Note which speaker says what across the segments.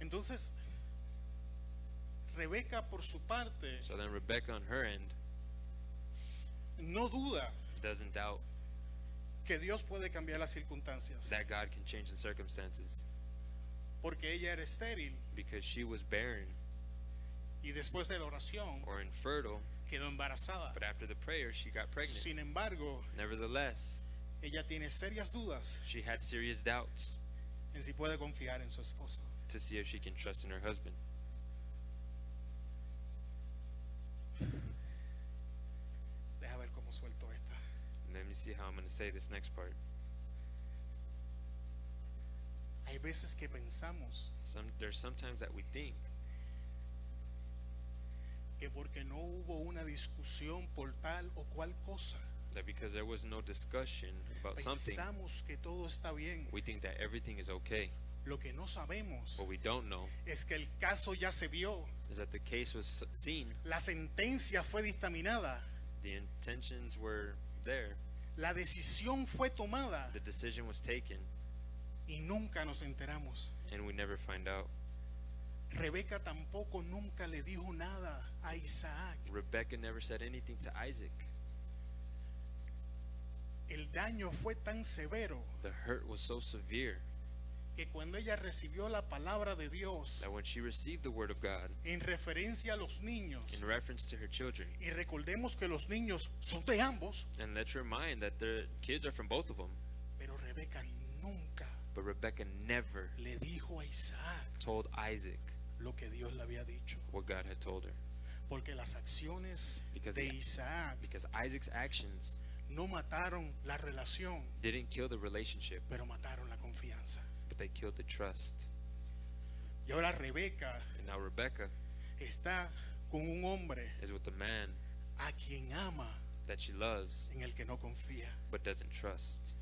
Speaker 1: Entonces, Rebeca por su parte
Speaker 2: So then Rebecca on her end
Speaker 1: no duda
Speaker 2: doesn't doubt
Speaker 1: que Dios puede cambiar las circunstancias,
Speaker 2: that God can change the circumstances
Speaker 1: porque ella era estéril
Speaker 2: because she was barren
Speaker 1: y después de la oración
Speaker 2: or infertile,
Speaker 1: quedó embarazada.
Speaker 2: but after the prayer she got pregnant.
Speaker 1: Sin embargo,
Speaker 2: Nevertheless,
Speaker 1: ella tiene serias dudas
Speaker 2: she had serious doubts
Speaker 1: en si puede confiar en su esposo.
Speaker 2: to see if she can trust in her husband.
Speaker 1: Deja ver cómo suelto esta.
Speaker 2: And let me see how I'm going to say this next part.
Speaker 1: Hay veces que pensamos
Speaker 2: Some there's sometimes that we think
Speaker 1: que porque no hubo una discusión por tal o cual cosa,
Speaker 2: that because there was no discussion about something,
Speaker 1: pensamos que todo está bien.
Speaker 2: we Oh. think that everything is okay.
Speaker 1: Lo que no sabemos
Speaker 2: What we don't know
Speaker 1: es que el caso ya se vio,
Speaker 2: is that the case was s- seen,
Speaker 1: la sentencia fue dictaminada,
Speaker 2: the intentions were there,
Speaker 1: la decisión fue tomada
Speaker 2: the decision was taken,
Speaker 1: y nunca nos enteramos.
Speaker 2: and we never find out.
Speaker 1: Rebeca tampoco nunca le dijo nada a Isaac.
Speaker 2: Rebecca never said anything to Isaac.
Speaker 1: El daño fue tan severo
Speaker 2: The hurt was so severe
Speaker 1: que cuando ella recibió la palabra de Dios
Speaker 2: that when she received the word of God
Speaker 1: en referencia a los niños,
Speaker 2: in reference to her children,
Speaker 1: y recordemos que los niños son de ambos,
Speaker 2: and let's remind that their kids are from both of them,
Speaker 1: pero Rebeca nunca
Speaker 2: but Rebecca never
Speaker 1: le dijo a Isaac
Speaker 2: told Isaac
Speaker 1: lo que Dios le había dicho,
Speaker 2: what God had told her.
Speaker 1: porque las acciones
Speaker 2: Because
Speaker 1: de
Speaker 2: the-
Speaker 1: Isaac
Speaker 2: Because Isaac's actions
Speaker 1: no mataron la relación,
Speaker 2: didn't kill the relationship,
Speaker 1: pero mataron la confianza.
Speaker 2: but they killed the trust.
Speaker 1: Y ahora Rebeca
Speaker 2: And now Rebecca
Speaker 1: está con un hombre
Speaker 2: is with the man
Speaker 1: a quien ama,
Speaker 2: that she loves
Speaker 1: en el que no confía.
Speaker 2: but doesn't trust.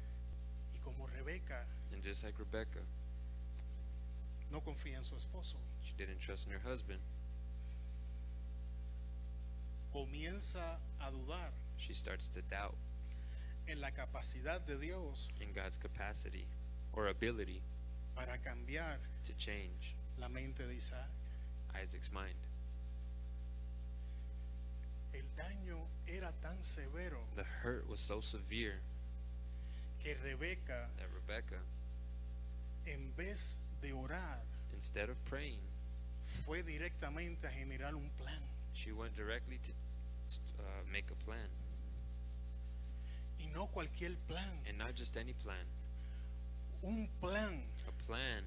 Speaker 1: Y como Rebeca
Speaker 2: And just like Rebecca,
Speaker 1: no confía en su esposo,
Speaker 2: she didn't trust in her husband.
Speaker 1: comienza a dudar
Speaker 2: She starts to doubt
Speaker 1: en la capacidad de Dios
Speaker 2: in God's capacity or ability
Speaker 1: para cambiar
Speaker 2: to change
Speaker 1: la mente de Isaac.
Speaker 2: Isaac's mind.
Speaker 1: El daño era tan severo
Speaker 2: The hurt was so severe
Speaker 1: que Rebeca,
Speaker 2: that Rebecca,
Speaker 1: en vez de orar,
Speaker 2: instead of praying,
Speaker 1: fue directamente a generar un plan.
Speaker 2: she went directly to uh, make a plan.
Speaker 1: Y no cualquier plan,
Speaker 2: And not just any plan,
Speaker 1: un plan
Speaker 2: a plan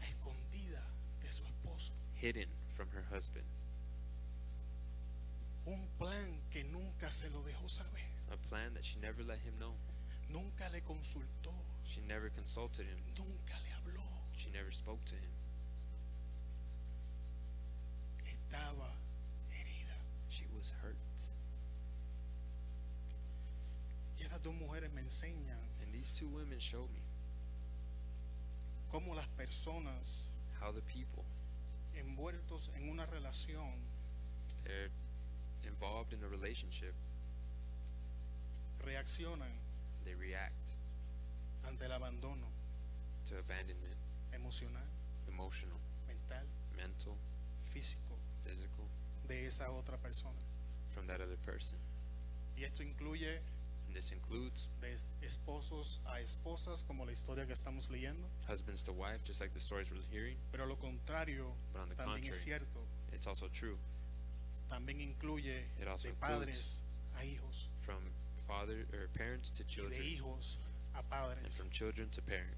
Speaker 1: a escondida de su esposo.
Speaker 2: hidden from her husband,
Speaker 1: Un plan que nunca se lo dejó saber,
Speaker 2: a plan that she never let him know.
Speaker 1: nunca le consultó,
Speaker 2: She never consulted him,
Speaker 1: nunca le habló.
Speaker 2: she never spoke to him.
Speaker 1: Estaba herida.
Speaker 2: She was hurt.
Speaker 1: Y estas dos mujeres me enseñan
Speaker 2: And these two women showed me
Speaker 1: cómo las personas
Speaker 2: how the people
Speaker 1: envueltos en una relación
Speaker 2: they're involved in a relationship,
Speaker 1: reaccionan
Speaker 2: they react
Speaker 1: ante el abandono
Speaker 2: to abandonment,
Speaker 1: emocional,
Speaker 2: emotional,
Speaker 1: mental,
Speaker 2: mental,
Speaker 1: físico
Speaker 2: physical,
Speaker 1: de esa otra persona.
Speaker 2: from that other person.
Speaker 1: Y esto incluye
Speaker 2: And this includes
Speaker 1: de esposos a esposas, como la historia que estamos leyendo,
Speaker 2: husbands to wife, just like the stories we're hearing.
Speaker 1: pero lo contrario
Speaker 2: But on the
Speaker 1: también es
Speaker 2: contrary.
Speaker 1: cierto.
Speaker 2: It's also true
Speaker 1: También incluye
Speaker 2: It also
Speaker 1: de
Speaker 2: includes
Speaker 1: padres a hijos,
Speaker 2: from father or parents to
Speaker 1: y de
Speaker 2: children,
Speaker 1: hijos a
Speaker 2: and
Speaker 1: padres.
Speaker 2: from children to parents.